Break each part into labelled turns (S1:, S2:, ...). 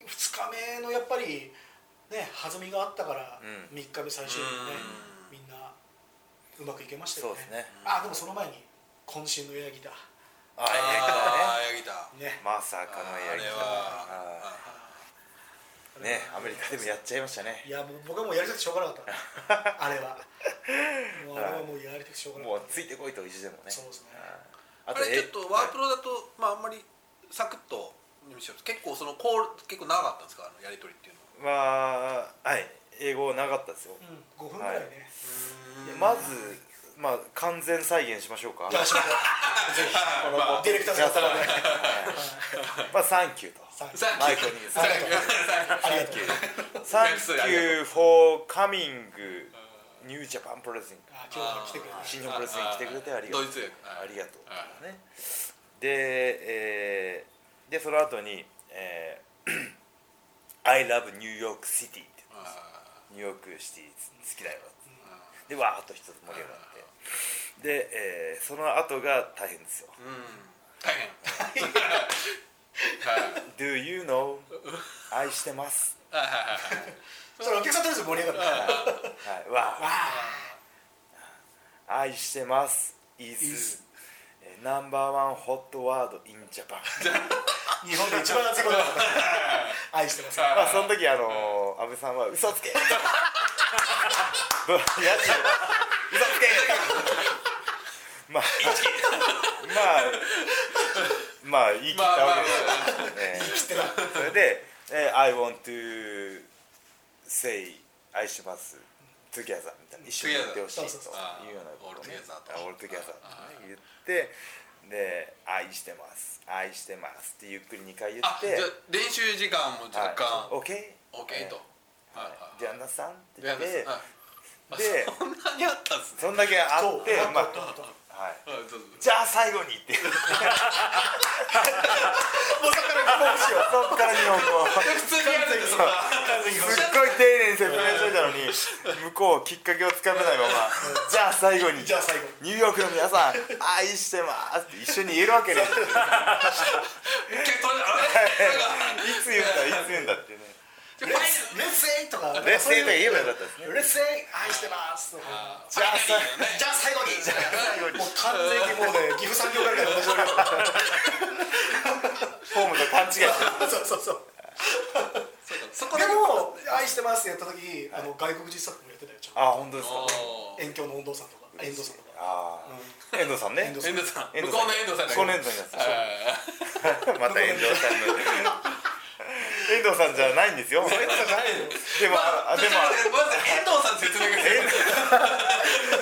S1: 日目のやっぱりね弾みがあったから
S2: う
S1: 3日目最終日もね
S3: う
S1: み
S3: ん
S1: んなうまくいけましたよ
S2: そう
S1: ね
S2: ですね
S1: あでもその前に渾身の矢木だ
S2: ああ
S3: あーヤギだ
S1: ね
S2: まさかのやり
S3: あれ
S2: 方
S3: は
S2: は
S1: あ
S2: いねアメリカでもやっちゃいましたね
S1: いやもう僕はもうやりたくてしょうがなかった あれはもうあれはもうやりたくてしょうがな
S2: もう
S1: かった
S2: ついてこいと意地でもね
S1: そうですね
S2: あ
S3: あ
S2: と
S3: れちょっとワープ
S2: ロ
S3: ロだと、まああんまりサクッと見せます結構そのコール結構長かったんですかあのやり取りっていうのは
S2: まあはい英語なかったですよ
S1: うん5分ぐらいね
S2: はい
S1: うん
S2: まずまあ完全再現しましょうか
S1: 出し ましょ
S2: この
S3: ま
S1: うディレクターさんからね
S2: まあサンキューと
S1: さあ
S3: さ
S2: マイクに
S3: さ
S1: ありがとう
S2: サンキュー for coming New Japan p r e s e n
S1: あ今日は来てくれまし
S2: 新日本プロレスに来てくれてありがとう
S3: ドイツ役
S2: ありがとう
S3: は
S2: ねで、えーでその後に、えー I love New York City」って
S3: あ
S2: ニューヨークシティ好きだよでわーっと一つ盛り上がってで、えーその後が大変ですよ
S3: ーうん大変はい
S2: 「Do you know 愛してます
S3: はいはいはい
S1: たそれお客さんとりあえず盛り上がった」
S2: はい、わー愛してます」is えーナンバーワンホットワードインジャパン
S1: 日本で一番熱いことだった愛してます
S2: まあその時あの安倍さんは嘘つけぶやつよ嘘つけまあまあまあ言い切った
S3: ま
S2: わ
S3: あまあまあ
S2: けです
S1: 切
S2: よ
S1: って
S2: ねそれで「えー I want to say 愛してます」トゥギャザーみたいな一緒に言ってほしいというようなことね
S3: Together
S2: あオールトゥギャザーってね言ってで「愛してます愛してます」ってゆっくり2回言
S3: あ
S2: っ
S3: じゃあ
S2: て
S3: 練習時間も若干
S2: はい、
S3: OK
S2: OK?
S3: と
S2: は
S3: はいは
S2: い、
S3: い
S2: で、アンナさんって
S3: で
S2: 言
S3: あ
S2: っ
S3: のはい
S2: て、で
S3: あそんなにあったんですね
S2: そんだけあ
S1: そう
S2: って、
S1: あ
S2: まあ、
S1: とあとあと
S2: はい。
S3: はいどう
S2: じ
S3: ぞ
S2: ゃあ最後にって。もうそっから日本語。
S3: 普通にやるんですか
S2: すっごい丁寧に説明しといたのに、向こうきっかけをつかめないまま、じゃあ最後に。
S1: じゃあ最後
S2: ニューヨークの皆さん、愛してますって一緒に言えるわけね。い
S3: 結構あれ
S2: つ言うんだ、いつ言うんだってね。
S3: じゃ
S1: レ
S3: あファイナル
S1: ッセイとか
S2: 冷静で言えばよかったですね。
S1: レッセイ愛してますとか
S2: じゃあ最後に。
S1: じゃあ最後に
S2: 後に
S1: もう完全にもうね岐阜産業から同じだか
S2: ホームと 勘違いして。
S1: らそうそうそう
S3: そこ
S1: で
S3: で
S1: も「愛してます」ってやった時あの外国人スタッフもやってたよちゃんと
S2: あ、本当ですか。
S1: 遠鏡の遠藤さんとか遠藤さんとか
S2: ああ、遠藤さんね。
S1: 遠藤
S3: 遠藤さん
S2: 遠
S3: 向
S2: 藤
S3: こ
S2: さん
S3: うの遠藤さんだけど
S2: この遠藤さんです
S3: はい
S2: また遠藤さんの遠藤さんじゃないん ですよでも
S1: 遠藤さんないのよ
S2: あで
S3: じゃ
S2: も
S3: あまず遠藤さん説明が
S2: 遠藤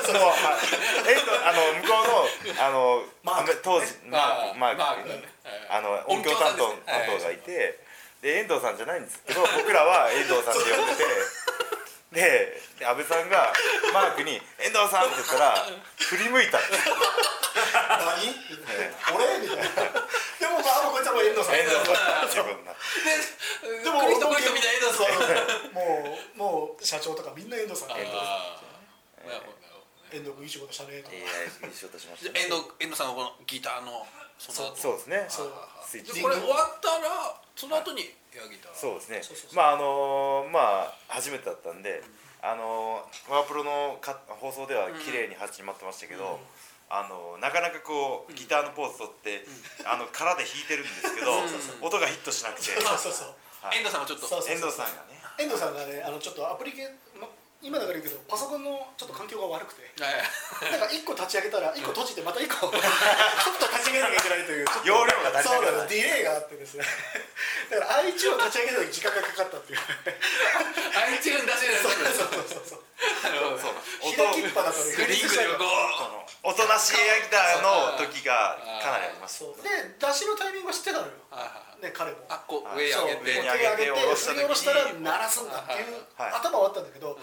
S2: そうはい遠藤あの向こうのあの
S1: マーク
S2: あの当時マー
S3: あ
S2: ク
S3: ー
S2: マーク
S3: マークね
S2: あの音響担当
S3: 音響さん
S2: 担当がい
S3: ですね
S2: てで遠藤さんじゃないんですけど僕らは遠藤さんって呼んでて。でで安倍さんがマークに「遠藤さん」って言ったら振り向いたんです
S1: 何俺みたいなでもまあもうこいつはもう遠藤さん
S2: 遠藤さん自分が
S3: で
S1: で
S3: で
S1: も
S3: もこの人この人みんな遠藤さん
S1: もうもう社長とかみんな遠藤さん遠藤さん
S3: あーなるほどなるほどね
S1: 遠藤君いい仕事したねとか
S2: いやいい仕事しまし
S3: じゃ
S2: た
S3: あ
S2: ね
S3: 遠藤遠藤さんのこのギターのその後
S2: そうですね
S1: そう
S2: スイッチ
S3: でこれ終わったらその後にエアギター
S2: そうですね
S1: そうそうそう
S2: まああのーまあ初めてだったんで、あのーワープロのか放送では綺麗に始まってましたけど、あのーなかなかこうギターのポーズ取って、あの空で弾いてるんですけど、音がヒットしなくて、
S1: そうそうそう
S2: はい
S3: 遠藤さんはちょっと
S1: そうそう
S2: 遠藤さんがね
S1: 遠藤さんがねあのちょっとアプリケ、ま、今だから言うけどパソコンのちょっと環境が悪くて
S3: はい
S1: なんか1個立ち上げたら1個閉じてまた1個ソフト立ち上げなきゃいけないというちょっと
S2: 容量が足り
S1: そう
S2: な
S1: な
S2: くな
S1: の
S2: る
S1: ディレイがあってですねだから iTune を立ち上げるのに時間がかかったっていう
S3: iTunes 出してる
S1: そう
S3: やつ
S1: そうそう そう
S3: なるほど
S2: 音
S1: 開きっぱだから
S3: リンクでこう
S2: おとなしいエアギターの時がかなりありました
S1: そうで出しのタイミングは知ってたのよ
S3: はいはい
S1: ね彼も
S3: あこう
S2: はい
S3: 上
S1: そう
S3: 上
S1: こう手
S3: げて
S1: 上
S2: 上
S1: げて
S2: げて
S1: 振り下ろしたら
S2: 下ろした時に
S1: 鳴らすんだっていう
S2: はい
S1: 頭はあったんだけど、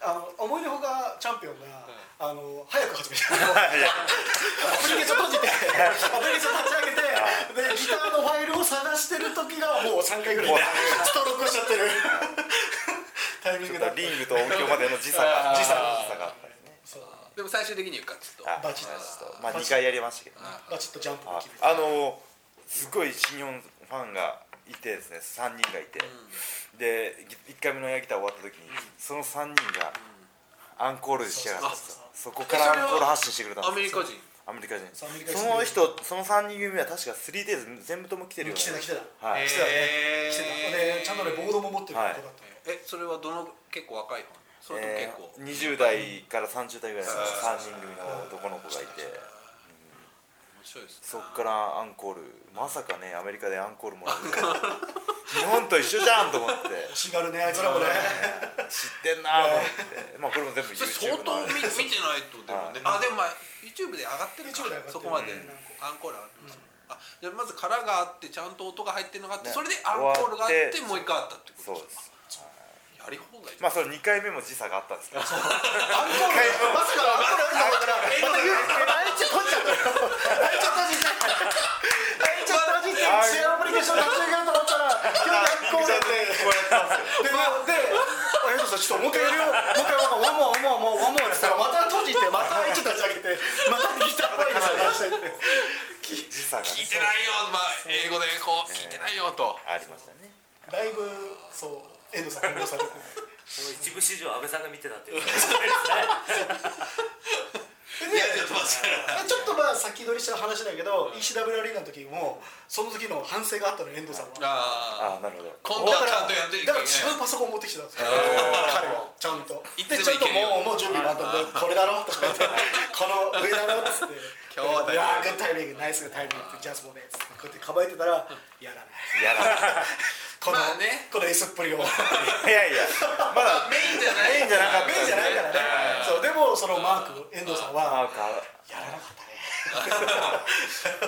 S1: あの思いのほかチャンピオンが、あの早く始めたア
S2: いや
S1: プリケーション 閉じてアプリケーション立ち上げてでギターのファイルを探してる時がもう3回ぐらい
S2: もう
S1: ストロークしちゃ ってるタイミン
S2: ち
S1: グ
S2: ょっ
S1: だっ
S2: と
S1: た
S2: リングと音響までの時差が
S3: あー
S2: 時差が時差があったりね
S1: そう
S3: でも最終的にはガチッと
S2: あ
S1: バチッと
S2: まあ2回やりましたけどね
S1: バチッとジャンプを
S2: あ
S1: 決めて
S2: あのーすごい新日本ファンがいてですね3人がいて、で1回目のエアギター終わった時に、その3人がアンコールしやがって
S1: そうそう
S2: そこからアンコール発信してくれたんです
S3: アメリカ人
S2: アメリカ人
S1: そうアメリカ人
S2: その人その3人組は確か 3days 全部とも来てるよね
S1: 来てた来てた
S2: はい、
S1: 来てた
S3: へー
S1: 来てたでちゃんとねボードも持ってる
S2: はい
S1: よかったよ
S3: えそれはどの結構若い方それとも
S2: え
S3: 結構、
S2: ー、20代から30代ぐらいの
S3: はい
S2: 3人組の男の子がいて
S3: 面白いですね
S2: そっからアンコールまさかねアメリカでアンコールもらえるから 日本と一緒じゃんと思って
S1: 欲しがるねあいつらもね
S2: 知ってんなと思ってまあこれも全部
S3: それ相
S2: YouTube
S3: 当
S2: の
S3: 見見てないとでもねあでもまあ YouTube で上がってる
S1: YouTube で上がって
S3: か
S1: る
S3: そこまで
S1: うん
S3: アンコール上がってますあじゃあまず殻があってちゃんと音が入ってるのがあって
S2: ね
S3: それでアンコールがあっ
S2: 終わってて
S3: もう一回あったってこ
S2: そう
S3: と
S2: で
S3: ですか
S2: す
S3: やり放題
S2: まあそれ2回目も時差があったんですけど
S1: アンコールまさかアンコールあったからまた言う泣いちゃったじゃん泣いちゃったじゃん泣いちゃったじゃんシェアアプリケーション立ち上げると思ったら今日アンコールで
S2: こうやってたんですよ
S1: で、あれさん、ちょっともう一回やるよ、もう一回、もう、もう、もう、もう、もう、やったら、また閉じて、また一立ち上げて、また右下っぽいしてて。
S2: 時差が
S3: 聞いてないよまあ英語でこう聞いてないよと
S2: ありましたね
S1: だいぶ、そう、遠藤さん、遠藤さん。
S4: もう一部始終安倍さんが見てたっていう
S3: いやいや確かに
S1: ちょっとまあ先取りした話だけど、ECW アリーナの時もその時の反省があったの遠藤さんはだか
S3: あ
S2: ああなるほど
S3: 今度
S1: ら
S3: はちゃんとやってる
S1: だから違うパソコン持ってきてたんですよ彼はちゃんと
S3: いつ
S1: で
S3: でも
S1: ちょっと
S3: いけるよ
S1: もうもう準備万端でこれだろとか言ってこの上だろっつって
S3: 今日は大丈夫
S1: いやーグッドタイミングナイスグッドタイミングってジャスボネっつってこうやってかばえてたらやらない
S2: いや だ
S1: この、
S3: まあね
S1: このエスっぷりをメ
S2: いやいやまだ
S3: メインじゃない
S2: メインじゃなかった
S1: インじゃないからねそうでもそのマーク遠藤さんは
S2: マーク
S1: やらなかったね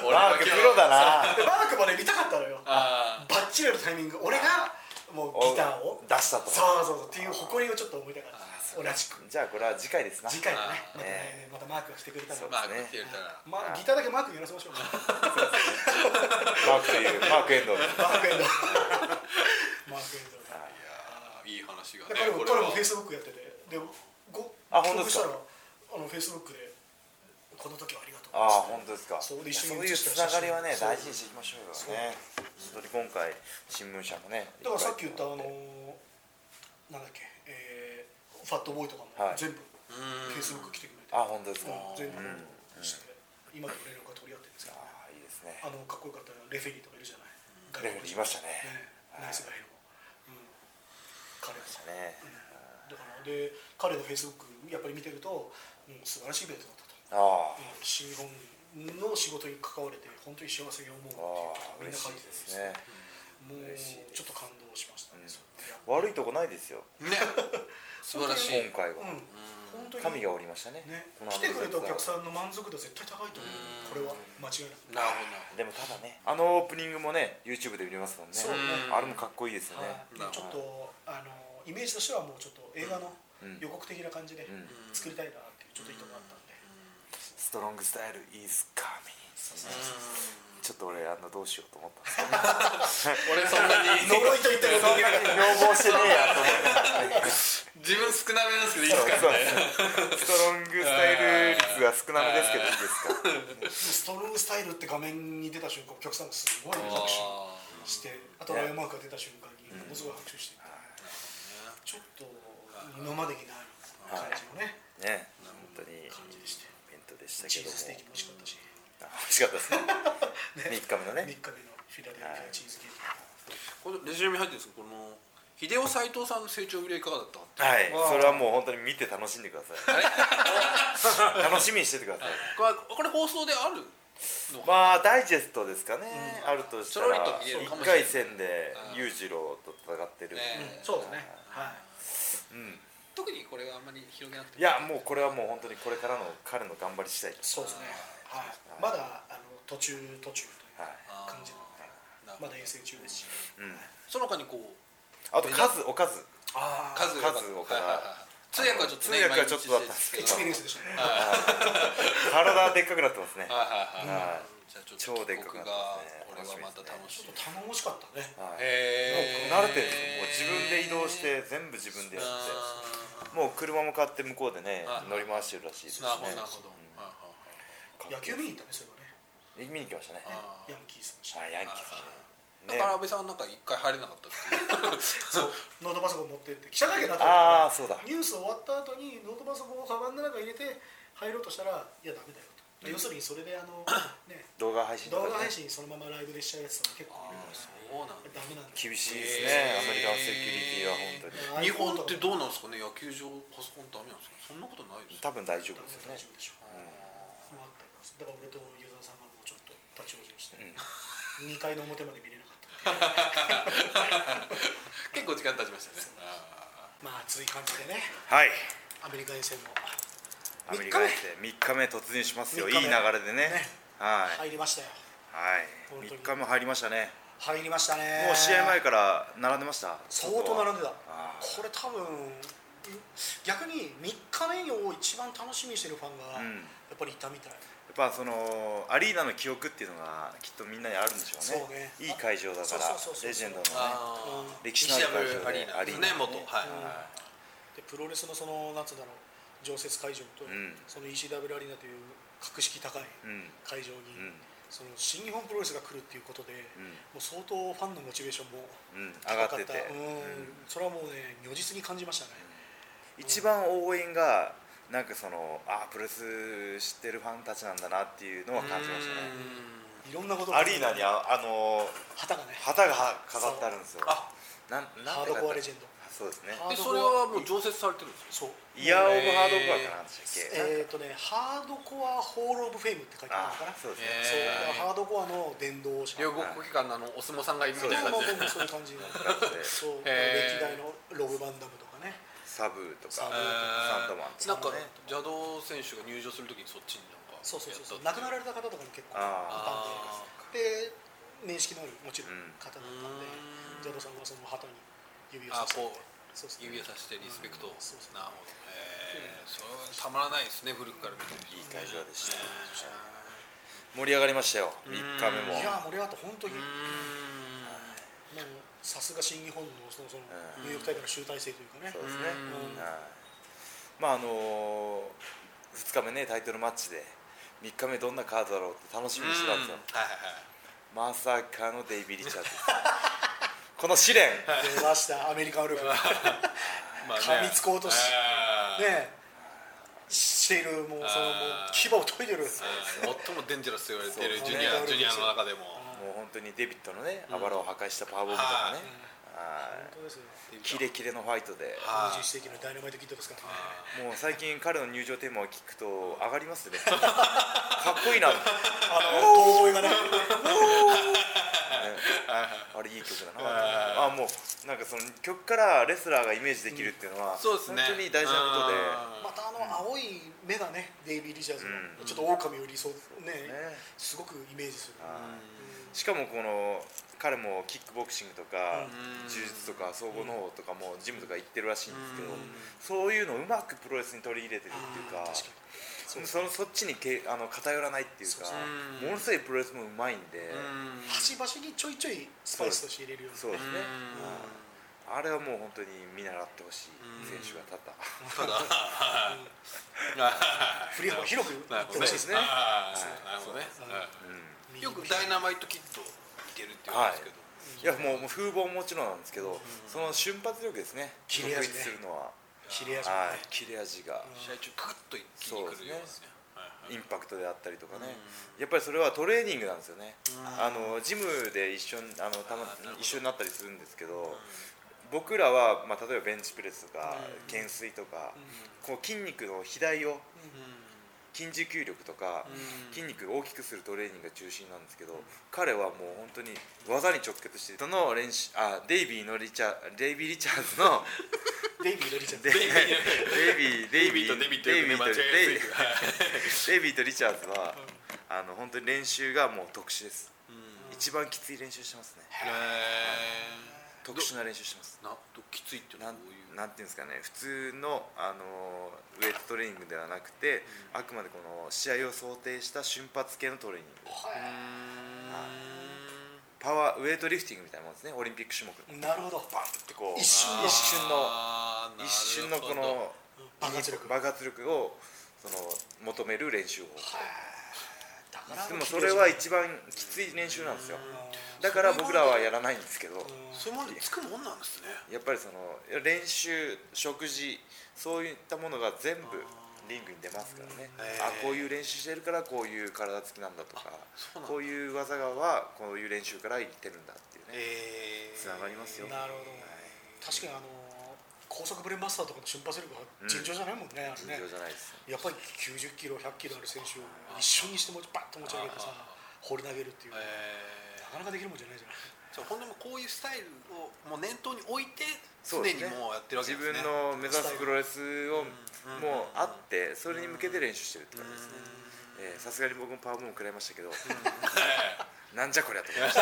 S3: 俺
S2: マ
S3: は
S2: ーク
S3: 今
S2: プ
S3: 日
S2: ロだな
S1: でマークもね見たかったのよバ
S3: あ
S1: ッチリのタイミング俺がもうギターを
S2: 出したと
S1: そうそうそうっていう誇りをちょっと思いながら同じく
S2: じゃあこれは次回ですな
S1: 次回だね
S3: あ
S1: またねまたマークがしてくれたら
S2: そう
S3: まあ
S2: ですね
S3: 来てるから
S1: まあギターだけマークにやらせま しょう
S2: マーク というマークエンドウです
S1: マークエンドマークエ ンド
S3: あーいい話が
S1: で
S3: ね
S1: 彼も
S3: これ
S1: 彼
S3: は
S1: もフェイスブックやっててでご
S2: あ本当です
S1: 帰国し
S2: か
S1: たらあのフェイスブックでこの時はありがとう
S2: ああ本当ですか
S1: そうで
S2: いや
S1: 一緒に写
S2: そういう
S1: 真
S2: つながりはね
S1: そう
S2: 大事にしていきましょうよね本当に今回新聞社もね
S1: だからさっき言ったあの
S2: いぱい
S1: なんだっけ、えー、ファットボーイとかも
S2: はい
S1: 全部
S3: うん
S1: フェイスブック来てくれて、
S2: あ本当ですかあ
S1: 全部フォローして、今でも連絡が取り合ってるんですけど、
S2: あいいですね
S1: あのかっこよかったレフェリーとかいるじゃない
S2: レフェリーいましたね
S1: ねナイスガイの、うん、彼ですね
S2: ね
S1: だからで彼のフェイスブックやっぱり見てるともう素晴らしいイベントだったと、
S2: ああ
S1: うん、新日本の仕事に関われて本当に幸せに思うっていうこ
S2: あ
S1: とを
S2: あ
S1: みんな書
S2: 嬉しい
S1: い
S2: で
S1: てるんです
S2: す
S1: よ
S2: ね
S1: もう
S2: 嬉しいです
S1: ちょっと感動しましたね、
S2: うん
S1: それやっぱ
S2: 悪いとこないですよ
S3: ね素晴らしい
S2: 今回は
S1: うん、本当に
S2: 神がおりましたね
S1: ね
S2: この
S1: 来てくれたお客
S2: ん
S1: さんの満足度絶対高いと思うこれは間違いなく
S3: なる
S2: でもただねあのオープニングもね YouTube で見れますもんね
S1: そうね
S2: あれもかっこいいですよね
S1: はい、
S3: なる
S1: ちょっ
S3: ほ
S1: とあのイメージとしてはもうちょっと映画の
S2: うん
S1: 予告的な感じで
S2: うん
S1: 作りたいなっていうちょっと意図があったん で、
S2: ストロングスタイルイズカミちょっと俺あのどうしようと思ったんです
S3: ほど俺そんな に
S1: 呪いと言ってる
S2: けど要望してねえやと思って
S3: 自分少なめなんですけどいいですか
S2: そうですストロングスタイル率が少なめですけどいいですか
S1: ストロングスタイルって画面に出た瞬間お客さんがすごい拍手してあとライオンマークが出た瞬間にものすごい拍手していて、ちょっと今までにない感じのね
S2: ね本当にイベン
S1: 感じでして
S2: トでした
S1: チー
S2: けど
S1: ズ
S2: も
S1: ステーキも美味しかったし
S2: あ美味しかったですね3日目
S1: 3
S2: の
S1: 日目のフィラ
S2: ね
S1: デルフィアチーズケーキ
S3: これレジュメ入ってるんですけどこの秀夫斎藤さんの成長ぶりはいかが だったかって
S2: はいそれはもう本当に見て楽しんでくだ さい楽しみにしててください
S3: これこれ放送であるのか
S2: まあダイジェストですかね、あるとしたら
S3: ちょろりと見えるか
S2: 1
S3: もしれない
S2: 回戦で
S3: うん
S2: 裕次郎と戦ってる、
S3: ねえ
S1: そうですねはい
S2: うん、
S3: 特にこれはあんまり広げなくて
S2: いやもうこれはもう本当にこれからの彼の頑張り次第です
S1: そうですね。はい。まだあの途中途中という
S2: はい
S1: 感じなので、
S3: あー
S1: まだ遠征中ですし。
S2: うん、
S3: その他にこう
S2: あと数おかず
S1: あ
S3: 数が
S2: 数を
S3: はいはいはい通訳はちょっとね
S2: 通訳はちょっとだったんですけ
S1: エ
S2: ど
S1: クスペリエンスでしたね。
S2: 体でっかくなってますね
S3: はいはいはい
S2: は
S3: じゃあちょっと帰国がこれはまた楽し
S1: ちょっ
S3: み
S1: と頼もしかったね。
S2: い、はい
S3: へえ
S2: もう慣れてるんですよもう自分で移動して全部自分でやってもう車も買って向こうでね
S3: はい
S2: 乗り回してるらしいですね
S3: なるほどなるほどはい
S1: 野球見に行ったねそれはね。
S2: 見に行きましたね
S3: はいはい
S1: ヤンキースの試合。
S2: あヤンキース
S3: あだから安倍さんなんか一回入れなかったっていう
S1: ノートパソコン持ってって記者会見だった
S2: ああ
S1: か
S2: そうだ
S1: らニュース終わった後にノートパソコンをカバンの中に入れて入ろうとしたらいやダメだよと、要するにそれであ のね
S2: 動画配信と
S1: 動
S2: か、
S1: 画
S2: ね、
S1: 配信そのままライブでしちゃうやつとか結構いる
S3: あ
S1: から
S3: ーそうなんだ
S1: ダメなんだよ
S2: 厳しいですね、
S3: へー
S2: アメリカのセキュリティは本当に
S1: だから
S3: 日本って
S1: iPhone とか
S3: どうなんですかね野球場パソコンダメなんですかそんなことないですか
S2: 多分大丈
S1: ダ
S2: 夫
S1: メだよ大
S2: ですよね
S1: 丈夫でしょうあったりますだから俺とユーザーさんがもうちょっと立ち往生して、2階の表まで見れなかった
S3: 結構時間経ちましたねあ
S1: まあ熱い感じでね
S2: はい
S1: アメリカ遠征も
S2: アメリカ遠征3日目突入しますよい
S1: 三
S2: い
S1: 日
S2: 流
S1: 目
S2: れでねはい、
S1: 入りましたよ
S2: はい、
S1: 本当に
S2: 3日目入りましたね
S1: 入りましたね
S2: もう試合前から並んでました
S1: 相当並んでた
S2: あー
S1: これ多分逆に3日目を一番楽しみにしてるファンが
S2: うん
S1: やっぱりいたみたい、
S2: やっぱそのアリーナの記憶っていうのがきっとみんなにあるんでしょうね
S1: そうね
S2: いい会場だから
S1: そうそうそうそう
S2: レジェンドのね
S1: う
S3: あ
S1: ん
S2: 歴史のある会場
S3: 西
S2: で
S3: アリーナですね元は
S1: うんで
S3: い
S1: プロレスのそのなんつうんだろう常設会場と、
S2: ん
S1: その ECW アリーナという格式高い
S2: うん
S1: 会場に、
S2: うん
S1: その新日本プロレスが来るっていうことで、
S2: ん
S1: もう相当ファンのモチベーションも
S2: うん
S1: 高
S2: 上がっ
S1: か
S2: て
S1: ってた、うんそれはもうね如実に感じましたね、
S2: 一番応援がなんかそのあープロレス知ってるファンたちなんだなっていうのは感じましたね
S1: いろんなことが
S2: アリーナにああの
S1: 旗がね
S2: 旗が飾ってあるんですよ
S3: あ
S2: なんなんて書いてあ
S1: ハー
S2: った
S1: ドコアレジェンド
S2: そうですね
S1: ハードコア
S3: でそれはもう常設されてるんです
S1: そ
S3: か
S1: う
S2: イヤー・オブ・ハードコアかなんでしたっけ、
S1: えっ、とねハードコアホール・オブ・フェイムって書いてあ
S2: あ
S1: るのかな
S2: そうですね、
S3: えー
S1: そうだからハードコアの伝道者
S3: 両国国技館のあのお相撲さんがいるみたいな
S1: まあまあ
S3: 感じで
S1: まあそういう感じになるそう歴代
S2: で
S3: へー
S1: のロブ・バンダムとかね
S2: サブとか
S1: サブ
S2: サ
S3: え
S2: ンドマン
S3: ー
S2: と
S3: なん
S2: か
S3: か
S2: ね
S3: 邪道選手が入場するときにそっちになんか
S1: そうそうそうそう
S3: や
S1: 亡
S3: っ
S1: くなられた
S3: たって
S1: 方とかも結構い
S3: あ
S1: たんでで面識のあるもちろん
S2: うん
S1: 方だったんで
S3: うん
S1: ジャドさんはその旗に指を
S3: あ
S1: させて
S3: こう
S1: そうそう
S3: 指をさしてリスペクトを、
S1: そうそう
S3: なるほどへーそれはたまらないですね古くから見てる
S2: いい会場でした、盛り上がりましたよ3日目も
S1: いやー盛り上がった本当に
S3: う
S1: もう
S3: ー
S1: さすが新日本のそのその
S2: うん
S1: ニューヨーク大会の集大成というかね
S2: そうですね
S1: うん
S2: はいまああの2日目ねタイトルマッチで3日目どんなカードだろうって楽しみにしてたんですよ
S3: んはいはいはい
S2: まさかのデイビー・リチャーズこの試練
S1: 出ましたアメリカンウルフ
S3: まあ
S1: 噛
S3: ね
S1: みつこうとし
S3: あー
S1: ねしているもうそのもう牙を研いでる
S3: あー最もデンジャラスと言われてる
S2: そう
S3: ジュニア、
S1: ね
S3: ジュニアの中でも
S2: もう本当にデビットのねあばらを破壊したパワーボムとかねはい
S1: 本当ですよ
S2: キレキレのファイトで
S3: は
S1: 21
S3: い
S1: 世紀のダイナマイトキッドですからね
S2: もう最近彼の入場テーマを聞くと上がりますねかっこいいなって
S1: あの遠吠えがね
S2: あれいい曲だなあもうなんかその曲からレスラーがイメージできるっていうのは、
S3: そうですね
S2: 本当に大事なことで
S1: またあの青い目がねデイビー・リチャーズの、
S2: う
S1: ちょっと狼を理想ね
S2: ね
S1: すごくイメージする
S2: しかもこの彼もキックボクシングとか
S3: うん
S2: 柔術とか総合の方とかもジムとか行ってるらしいんですけど
S3: うん
S2: そういうのをうまくプロレスに取り入れてるっていう
S1: あー
S2: か
S1: 確かにそう
S2: そのそっちにけあの偏らないっていう
S1: そ
S2: か
S1: う
S3: そう
S2: ものすごいプロレスもうまいんで
S3: うん
S1: 端々にちょいちょいスパイスとして入れるような
S2: そうですね
S3: うん
S2: あれはもう本当に見習ってほしい選手が多々
S3: ただ、
S1: 振り幅広くい
S3: なる
S1: っ
S3: ほ
S1: てほ
S3: どね
S1: しいですね
S3: あーなるほどね。うん
S1: 右
S3: よ
S1: も
S3: く
S1: 左
S3: ダイ
S1: も
S3: ナマイトキット似てるって言うんですけ
S2: い
S3: ど、
S2: やもうもう風貌ももちろんなんですけど、その瞬発力ですね
S1: 切
S2: 独
S1: れ
S2: 立
S1: 味ね
S2: するのは、
S1: 切れ味もね
S2: はい、切れ味が、
S3: 試合中パクッと一気に来るようですね。
S2: インパクトであったりとかね、やっぱりそれはトレーニングなんですよね、あのジムで一緒にあのたま
S3: あーなるほど
S2: 一緒になったりするんですけど、僕らは、まあ、例えばベンチプレスとか、懸垂とか、こう筋肉の肥大を筋持久力とか、筋肉を大きくするトレーニングが中心なんですけど、彼はもう本当に技に直結してその練習あデイビーのリチャデイビー・リチャーズ の
S1: デイビー・レリチャーズ
S2: デイビーデ
S3: デ
S2: イ
S3: イ
S2: ビ
S3: ビ
S2: ー
S3: ーとデビットよくね間違えやすいから。
S2: デイビーとリチャーズはあの本当に練習がもう特殊です一番きつい練習してますね特殊な練習してます
S3: などきついっていう
S2: な
S3: のは
S2: ん
S3: どういう。
S2: なんていうんですかね普通の、あのウエイトトレーニングではなくて、あくまでこの試合を想定した瞬発系のトレーニングパワーウエイトリフティングみたいなもんですねオリンピック種目の
S1: なるほど
S2: ってこう
S1: 一瞬で
S2: 一瞬の
S3: あー
S2: 一瞬のこ。
S3: なるほ
S2: の
S1: 爆発力
S2: 爆発力をその求める練習法
S1: だから
S2: でもそれは
S1: 一
S2: 一番きつい練習なんですよだから僕らはやらないんですけど
S3: そういうものにつくもんなんですね
S2: やっぱりその練習食事そういったものが全部リングに出ますからね
S3: へ
S2: あ
S3: ー
S2: こういう練習してるからこういう体つきなんだとか
S3: そうなんだ
S2: こういう技はこういう練習からいってるんだっていうね
S3: え
S2: つながりますよ
S1: なるほど確かにあの高速ブレーンマスターとかの瞬発力は尋常じゃないもんね、あ
S2: 尋
S1: れね
S2: 常じゃないですね
S1: やっぱり90キロ100キロある選手を一緒にしてもバッと持ち上げてさ放り投げるっていう、
S3: え
S1: なかなかできるもんじゃないじゃない
S3: じゃあほんでもこういうスタイルをもう念頭に置いて
S2: そ
S3: 常
S2: うで
S3: に
S2: すね
S3: もうやってるわけ
S2: 自
S3: ですね
S2: 分の目指すプロレスを
S3: うん
S2: もうあってそれに向けて練習してるって感じですねえーさすがに僕もパワームーン食らいましたけど なんじゃこりゃと思いました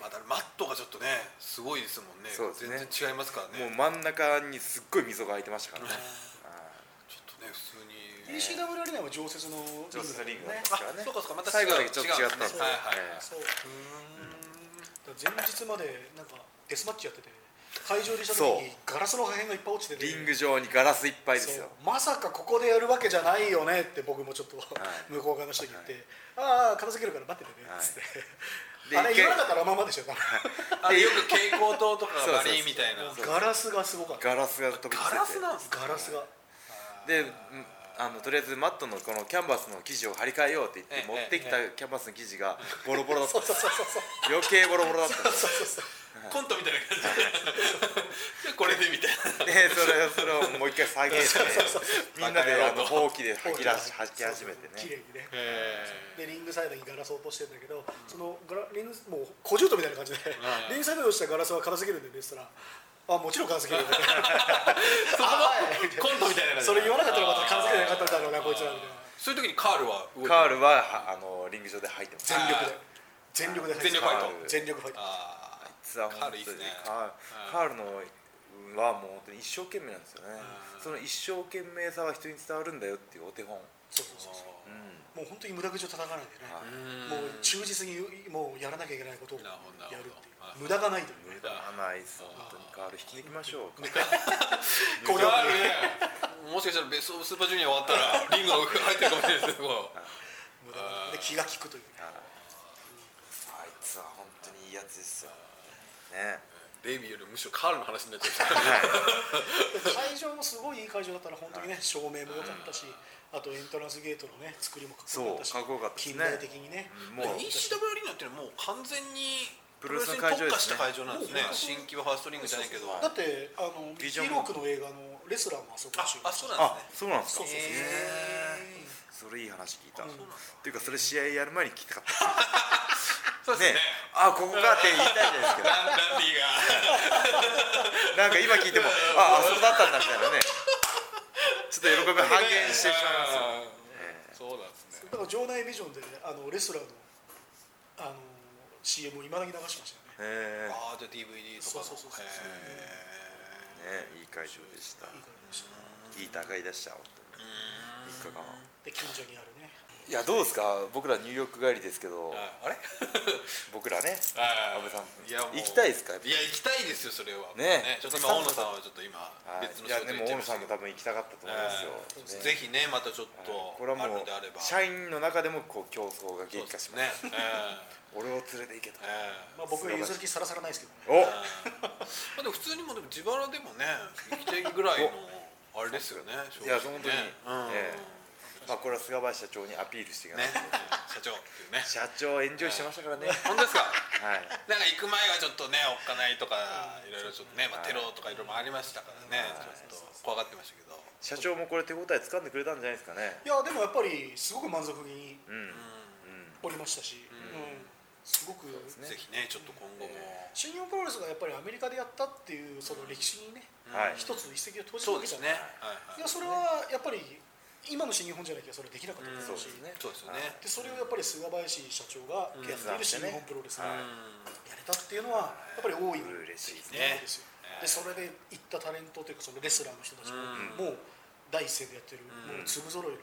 S3: まあだからマットがちょっとねすごいですもんね
S2: そうですね
S3: 全然違いますから
S2: もう
S3: ね
S2: 真ん中にすっごい溝が開いてましたからね
S3: ちょっとね普通に
S1: ECW アリーナは常設の
S2: 常設のリングだ
S1: だ
S2: っ
S1: もん
S2: た
S1: ね
S2: んですからね
S3: あそうかそうかまた
S2: 最後だけちょっと違ったんです
S1: よ
S2: ね
S3: はいはい
S2: えー
S1: そうだから前日までなんかデスマッチやってて会場入りした時にガラスの破片がいっぱい落ちてて
S2: リング上にガラスいっぱいで
S1: そ
S2: す
S1: う
S2: よ
S1: まさかここでやるわけじゃないよねって僕もちょっと、
S2: い
S1: 向こう側の人に言って「ああ片付けるから待っててね」っつって、
S2: はい
S1: あれ
S2: で一
S1: 言
S2: 回
S1: わなかったらまんまでしょ多分
S3: あれよく蛍光灯とか
S2: そうそうそう
S3: がバリーみたいな
S1: ガラスがすごかった
S2: ガラスが飛び散って
S3: ガラスなんですか
S1: ガラスが
S2: でうんあのとりあえずマットのこのキャンバスの生地を張り替えようって言って
S3: ええ
S2: 持ってきた
S3: え
S2: キャンバスの生地 がボロボロだった
S1: そうそうそうそうそう
S2: 余計ボロボロだったで
S1: そうそう
S3: コントみたいな感じでこれでみたいな
S2: それそれをもう一回下げてみんなであのほうきで
S1: そう
S2: 吐き出し吐き始めて
S1: 綺
S2: ね
S1: 麗にねでリングサイドにガラスを落としてんだけど、そのガラリングもう小獣みたいな感じで、リングサイドに落ちたガラスは片付けるんでねって言ったら「あもちろん片付けるんだよ」
S3: そこのコントみたいな感じ
S1: それ言わなかったらまた片付けなかったんだろうな
S3: あー
S1: こいつらみたいな
S3: そういう時にカールは動いてる
S2: カールははあのリング上で吐いてます
S1: 全力
S3: あ
S1: で
S3: ー
S1: 全力で入って
S3: 全力ファイト
S2: カール
S1: 全力ファイト
S3: あー
S2: 実は本当に
S3: カールいいっすね
S2: カールカールのはもう本当に一生懸命なんですよねその一生懸命さは人に伝わるんだよっていうお手本
S1: そうそうそうそうもう本当に無駄口を叩かないでね、
S2: は
S3: うん
S1: もう忠実にもうやらなきゃいけないことをや
S3: なるほどなる
S1: るっていう
S3: ほどあ
S1: 無駄がないというね
S3: だ
S2: あナイス本当にカール引き抜きましょう
S1: これ
S3: あ
S1: は
S3: る
S1: ね
S3: ねもしかしたらベストオブスーパージュニア終わったらリングが入ってるかもしれないですねこう
S1: 無駄がないで気が利くというね
S2: あいつは本当にいいやつですよね
S3: デイビーよりむしろカールの話になっちゃった
S1: 会場もすごいいい会場だったら本当にね照明も良かったしあとエントランスゲートのね作りもかっこよかったし
S2: そうかっこよかったですね
S1: 近代的にね
S2: もう
S3: ECW アリーナっていうのはもう完全に
S2: プロレスの会場ですね
S3: プロレスに特化した会場なんですね
S1: もう
S3: 新規はファーストリングじゃないけど
S1: だってあのビ
S2: ビジ
S1: ジ
S2: ョン
S1: ョンロークの映画のレスラーもあそこ
S3: あ
S1: だし
S3: あそう
S2: あ
S3: なんで
S2: そう
S3: すね
S2: なんです
S1: そうそうそう
S2: かそ
S3: へ
S2: れいい話聞いた、
S1: うん
S2: っていうかそれ試合やる前に聞きたかった
S3: そうですね
S2: あここかって言いたいじゃないです
S3: ランランディ
S2: けどなん
S3: が
S2: か今聞いてもああそうだったんだみたいなねちょっと喜び半減してしまいますよ
S3: すよそうなんですね
S1: だから場内ビジョンであのレスラーのあの CM をいまだに流しましたよね
S2: え
S3: ああじゃあ DVD とかの
S1: そうそうそうそう
S3: へ
S2: えねいい会場でした
S1: いい感じでした
S2: いい戦いでした本当に3日間
S1: で近所にあるね
S2: いやどうですか僕らニューヨーク帰りですけど
S3: ーああれ
S2: 僕らね
S3: 安
S2: 安部さん
S3: いやもう
S2: 行きたいですかやっぱ
S3: いや行きたいですよそれは
S2: ね
S3: ちょっと今大野さんはちょっと今
S2: はい
S3: 別の
S2: い
S3: 仕
S2: や
S3: 事
S2: で
S3: 行
S2: も
S3: っちゃ
S2: 大野さん
S3: いましたけ
S2: も
S3: ど
S2: 多分行きたかったと思いますよ、
S1: えー
S2: ね
S3: ぜひねまたちょっと
S2: これは
S3: ある
S2: も
S3: の
S2: う
S3: であれば
S2: 社員の中でもこう競争が激
S3: そう
S2: 化しま
S3: ですすね
S2: 俺を連れて行けと
S3: えーえー
S1: まあ僕は譲る気さらさらないですけどね
S2: お
S3: まあでも普通にもでも自腹でもね生きていくぐらいのあれですよ ね
S2: いや
S3: 正
S2: 本
S3: 直
S2: 当に、
S3: ねうん
S2: ええまあこれは菅林社長にアピールしていかない
S3: ね
S2: と、
S3: 社長っていうね
S2: 社長エンジョイしてましたからね、
S3: 本当ですか
S2: はい
S3: なんか行く前はちょっとねおっかないとかいろいろちょっとね、まあ、テロとかいろいろもありましたからねちょっと怖がってましたけど
S2: 社長もこれ手応え掴んでくれたんじゃないですかね
S1: いやでもやっぱりすごく満足に
S2: うん、うん
S1: おりましたし、うんすごく
S2: ね
S3: ぜひねちょっと今後も、
S1: 新日本プロレスがやっぱりアメリカでやったっていうその歴史にね、
S2: はい
S1: 一つの一石を投じた
S3: そ
S1: わ
S3: う
S1: けじ
S3: で
S1: ゃ
S3: す
S1: な
S3: ね
S1: い、
S3: はい
S1: い
S3: はい
S1: やそれはやっぱり今の新日本じゃなきゃそれできなかったと
S2: そ
S1: 思
S2: う
S1: う
S2: で
S1: し、
S2: すね
S3: そうですよね、
S1: でそれをやっぱり菅林社長がやっている新日本プロレスが
S2: うん
S1: やれたっていうのはやっぱり大いに
S2: 嬉しいです
S3: ね
S1: ですよでそれで行ったタレントというかそのレスラーの人たちももう第一線でやってるもう粒揃いの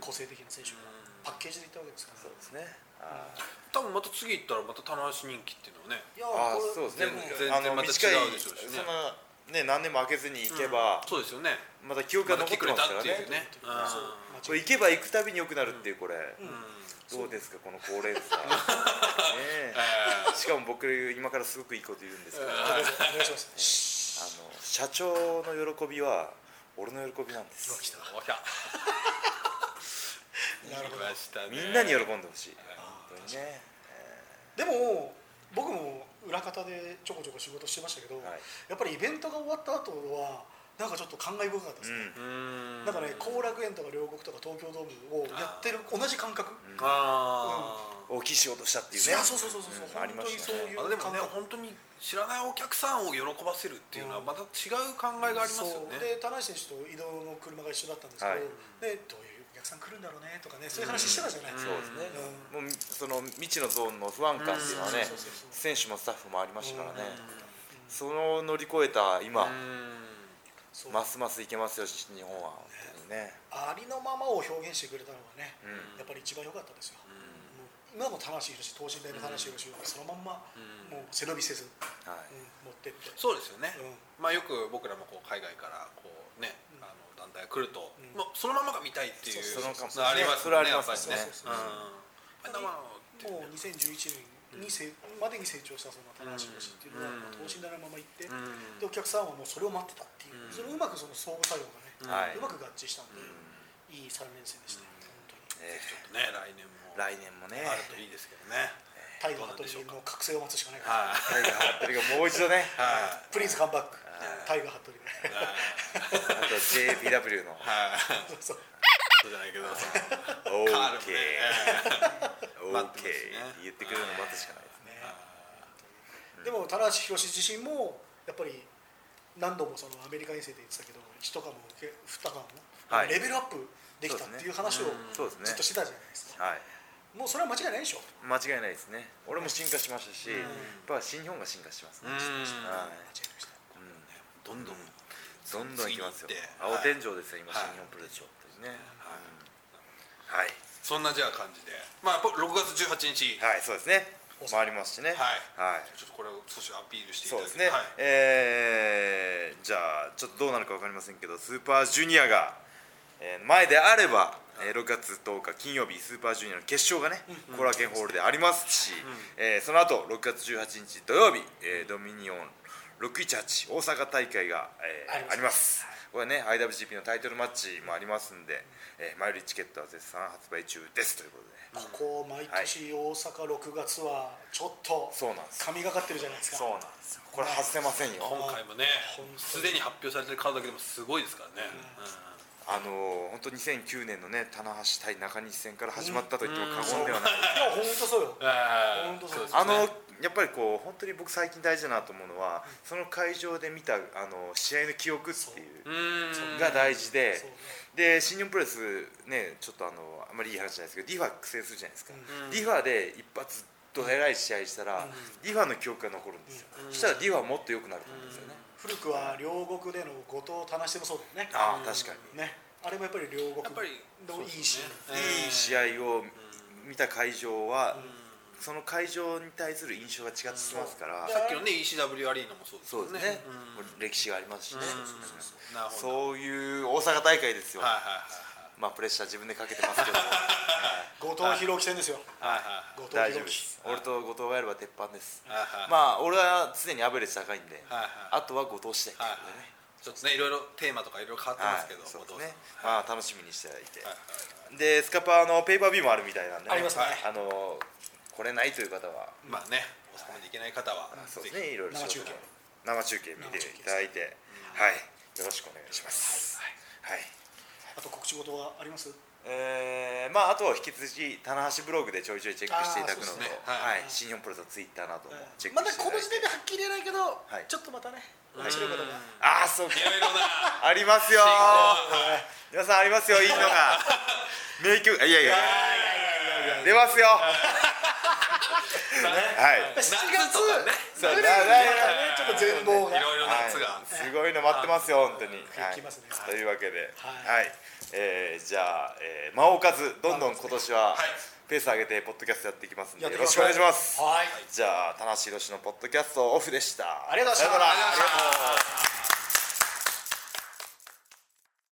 S1: 個性的な選手がパッケージでいったわけですから
S2: そうですねあー
S3: 多分また次行ったらまた棚橋人気っていうのをね
S1: いや
S2: あー
S1: これ
S2: そうですね
S3: 全然
S2: あの
S3: また違うでしょうし
S2: 短
S3: ね
S2: いそんなね何年も開けずに行けば、
S3: そうですよね
S2: また記憶が残ってますから
S3: また来てくれたっていう
S2: ね
S3: ね
S1: そう間違い
S2: これ行けば行くたびに良くなるっていうこれ、
S3: うん
S2: どうですかこの高齢 さ、ねえ
S3: え
S2: しかも僕今からすごくいいこと言うんですけど、あ
S1: ないお願いします
S2: の社長の喜びは俺の喜びなんです
S1: 来た
S3: ーおひゃ
S1: なるほど
S3: 来ましたね
S2: みんなに喜んでほしい本当にね
S1: でも僕も裏方でちょこちょこ仕事してましたけど、
S2: はい
S1: やっぱりイベントが終わった後はなんかちょっと感慨深かったです
S2: う
S1: ね、
S2: ん
S3: うん
S1: なんかね後楽園とか両国とか東京ドームをやってる同じ感覚、
S3: あー
S2: 大きい仕事したっていう
S1: い
S2: ね
S1: やそうそうそうそうそう、
S2: んありま
S1: 本当に
S2: し
S1: そ
S2: た
S1: ういう
S2: ね
S3: あ
S1: 感覚
S3: でもね本当に知らないお客さんを喜ばせるっていうのはまた違う考えがありますよ
S1: そう
S3: ね
S1: で田中選手と移動の車が一緒だったんですけど、
S2: はい
S1: でどういうお客さん来るんだろうねとかねそういう話してたじゃないですか、
S2: そうですねもうみその未知のゾーンの不安感っていうのはね
S1: うんそうそうそうそう
S2: 選手もスタッフもありましたからねその乗り越えた今
S3: うん
S1: そう
S2: ますますいけますよ日本は本当にね
S1: ありのままを表現してくれたのがね、
S2: うん
S1: やっぱり一番良かったですよ、もう今の田中選手等身大の田中選手をそのまんま、
S3: う
S1: も
S3: ん
S1: う背伸びせず、
S2: は
S1: うん持ってって
S3: そうですよね、
S1: う
S3: まあよく僕らもこう海外からこうね、
S1: うん
S3: あの団体来ると、
S1: うん
S3: まあそのままが見たいっていう
S1: そうそうそう
S3: のあります
S2: そ
S3: よ
S2: れはあり
S3: ねや
S2: ま
S3: っ
S2: す
S3: ぱ
S2: ね
S3: りね
S1: そうそうそう
S3: う
S1: もう
S3: んまあ生の
S1: 2011年にせ、までに成長したその田中選手っていうのは、も
S3: うん
S1: う等身大のまま行って、
S3: うん
S1: でお客さんはもうそれを待ってたっていう、
S3: うん
S1: それをうまくその相互作用がね、
S2: はいう
S3: うん
S1: まく合致したんで、
S2: う
S1: いい3連戦でしたよ、
S2: んえ
S3: ね来年
S2: ー
S3: も
S2: 来年もね
S3: あるといいですけどね、
S1: 本当に。態度と人の覚醒を待つしかないから、
S3: は
S2: タイ
S3: い
S2: ガーハットリがもう一度ね
S3: は
S1: プリンスカムバック
S2: は、
S1: タイガー・ハットリ
S3: いは
S2: あ
S3: い
S2: と JPW の
S3: はい
S1: そうそう
S3: そうじゃないけどさ
S2: OK
S3: カールもね、
S2: OK
S3: 待ってます
S2: って言
S3: ね
S2: ってくれるのを待つしかない
S1: ね
S2: ですね
S1: でも、田中宏自身も、やっぱり何度もそのアメリカ遠征で言ってたけど、一かも二かも、
S2: はい
S1: レベルアップできたっ
S2: そう
S1: て
S2: ですね
S1: いう話を
S2: そうで
S1: ずっ
S2: すね
S1: としてたじゃないですか。
S2: はい
S1: もうそれは間違いないでしょ。
S2: 間違いないですね俺も進化しましたしやっぱ新日本が進化してますね
S3: うん
S2: は
S1: 間違いないした。
S2: いうん
S3: どんどん、
S2: どんどんいきますよ
S3: 次に行って
S2: 青天井ですよ今
S3: はい
S2: 新日本プロレス本当にねはい
S3: そんなじゃあ感じでまあ6月18日、
S2: はいそうですね回りますしね
S3: は
S2: は
S3: い
S2: い
S3: ちょっとこれを少しアピールしていた
S2: そう
S3: だ
S2: で
S3: き
S2: すね
S3: たいはい
S2: えーじゃあちょっとどうなるか分かりませんけどスーパージュニアがえー前であればえー6月10日金曜日スーパージュニアの決勝がね後楽園ホールでありますしえーその後6月18日土曜日えードミニオン618大阪大会がえー
S1: あ
S2: あ
S1: り
S2: りま
S1: ます
S2: これね IWGP のタイトルマッチもありますんでえー前売りチケットは絶賛発売中ですということで
S1: ここ毎年大阪6月はちょっと
S2: そうなんです
S1: 神がかってるじゃないですか
S2: そうなんですよこれ外せませんよ
S3: 今回もね
S1: 本当に
S3: すでに発表されてる数だけでもすごいですからね、
S2: あのー、本当2009年のね棚橋対中西戦から始まったと言っても過言ではない、
S1: いや本当そうよ
S3: うんあ
S1: 本当そうです
S2: あのやっぱりこう本当に僕最近大事だなと思うのはその会場で見たあの試合の記憶っていう
S3: うん
S2: が大事で
S1: そうね
S2: で新日本プロレスねちょっとあのあんまりいい話じゃないですけどディファ苦戦するじゃないですか、
S3: うん
S2: ディファで一発どえらい試合したら、
S1: うん
S2: ディファの記憶が残るんですよ、
S3: うん
S2: そしたらディファはもっと良くなると思うんですよね、
S1: 古くは両国での後藤田無してもそうだよね
S2: ああ確かに、
S1: ねあれもやっぱり両国
S3: やっぱり
S1: のいいシーン
S3: そうですね
S2: いい試合を見た会場は、その会場に対する印象が違ってきますから、
S3: さっきのね ECW アリーナもそうです
S2: そう
S3: よ
S2: ですね
S3: ね
S2: もう歴史がありますしね、
S3: うんなるほど
S2: そういう大阪大会ですよ、
S3: はい
S2: まあプレッシャー自分でかけてますけど も
S1: 後藤弘樹戦ですよ
S3: はいはい
S1: 後藤
S2: 大丈夫
S1: 弘
S2: で
S1: 樹
S2: す俺と後藤がやれば鉄板です
S3: はいはいはいはいはい
S2: まあ俺は常にアベレージ高いんで、
S3: はい
S2: あとは後藤次第ってことでね、
S3: ちょっとねいろいろテーマとかいろいろ変わってますけど、
S2: はいそうです
S3: 後藤
S2: ね
S3: さん、
S2: まあ、楽しみにしていただいて、
S3: はい
S2: でスカパーのペーパービューもあるみたいなんで、
S1: ありますね
S2: あのこれないという方は
S3: まあねおさまでいけない方は、
S2: そうで
S3: ぜ
S2: す
S3: ひ
S2: ね、いろいろ
S1: 生中継
S2: 仕事が生中継見ていただいて、はい、よろしくお願いします。はい。
S1: あと告知事はあります
S2: えーまああとは引き続き棚橋ブログでちょいちょいチェックしていただくの
S1: あーそう
S2: と、
S1: です
S3: ね
S2: は、
S3: はい
S2: 新日本プロレスのツイッターなどもチェッ
S1: ま
S2: ク
S1: だ
S2: していた
S1: こ
S2: だ
S1: の
S2: いて
S1: 時。点ではっきり言えないけど
S2: い
S1: ちょっとまたね面白いことが
S2: ああ、そうか
S3: い。ろいろな
S2: ありますよー。
S3: はい
S2: 皆さんありますよ、いいのが。 名曲、いやいや。出ますよ。 はい。
S1: 7月
S3: 夏とかね
S2: そう
S1: ぐ
S2: だ
S1: らい
S2: だ
S1: にまたねちょっと全貌が
S3: いろいろ
S2: はい
S3: 夏が、
S2: すごいの待ってますよ、本当に。
S1: はい来ますね
S2: というわけで、は、
S1: はい
S2: えーじゃあ、えー、魔王数どんどん今年は、
S3: はい
S2: ペース上げてポッドキャストやっていきますんで、
S1: や
S2: よ
S1: っていき
S2: ろ
S1: ま
S2: し
S1: し
S2: くお
S1: ょう
S2: 願いします。
S1: はい
S2: じゃあ、田無宏のポッドキャストオフでした。
S1: ありがとうございました
S2: さよならありがとう。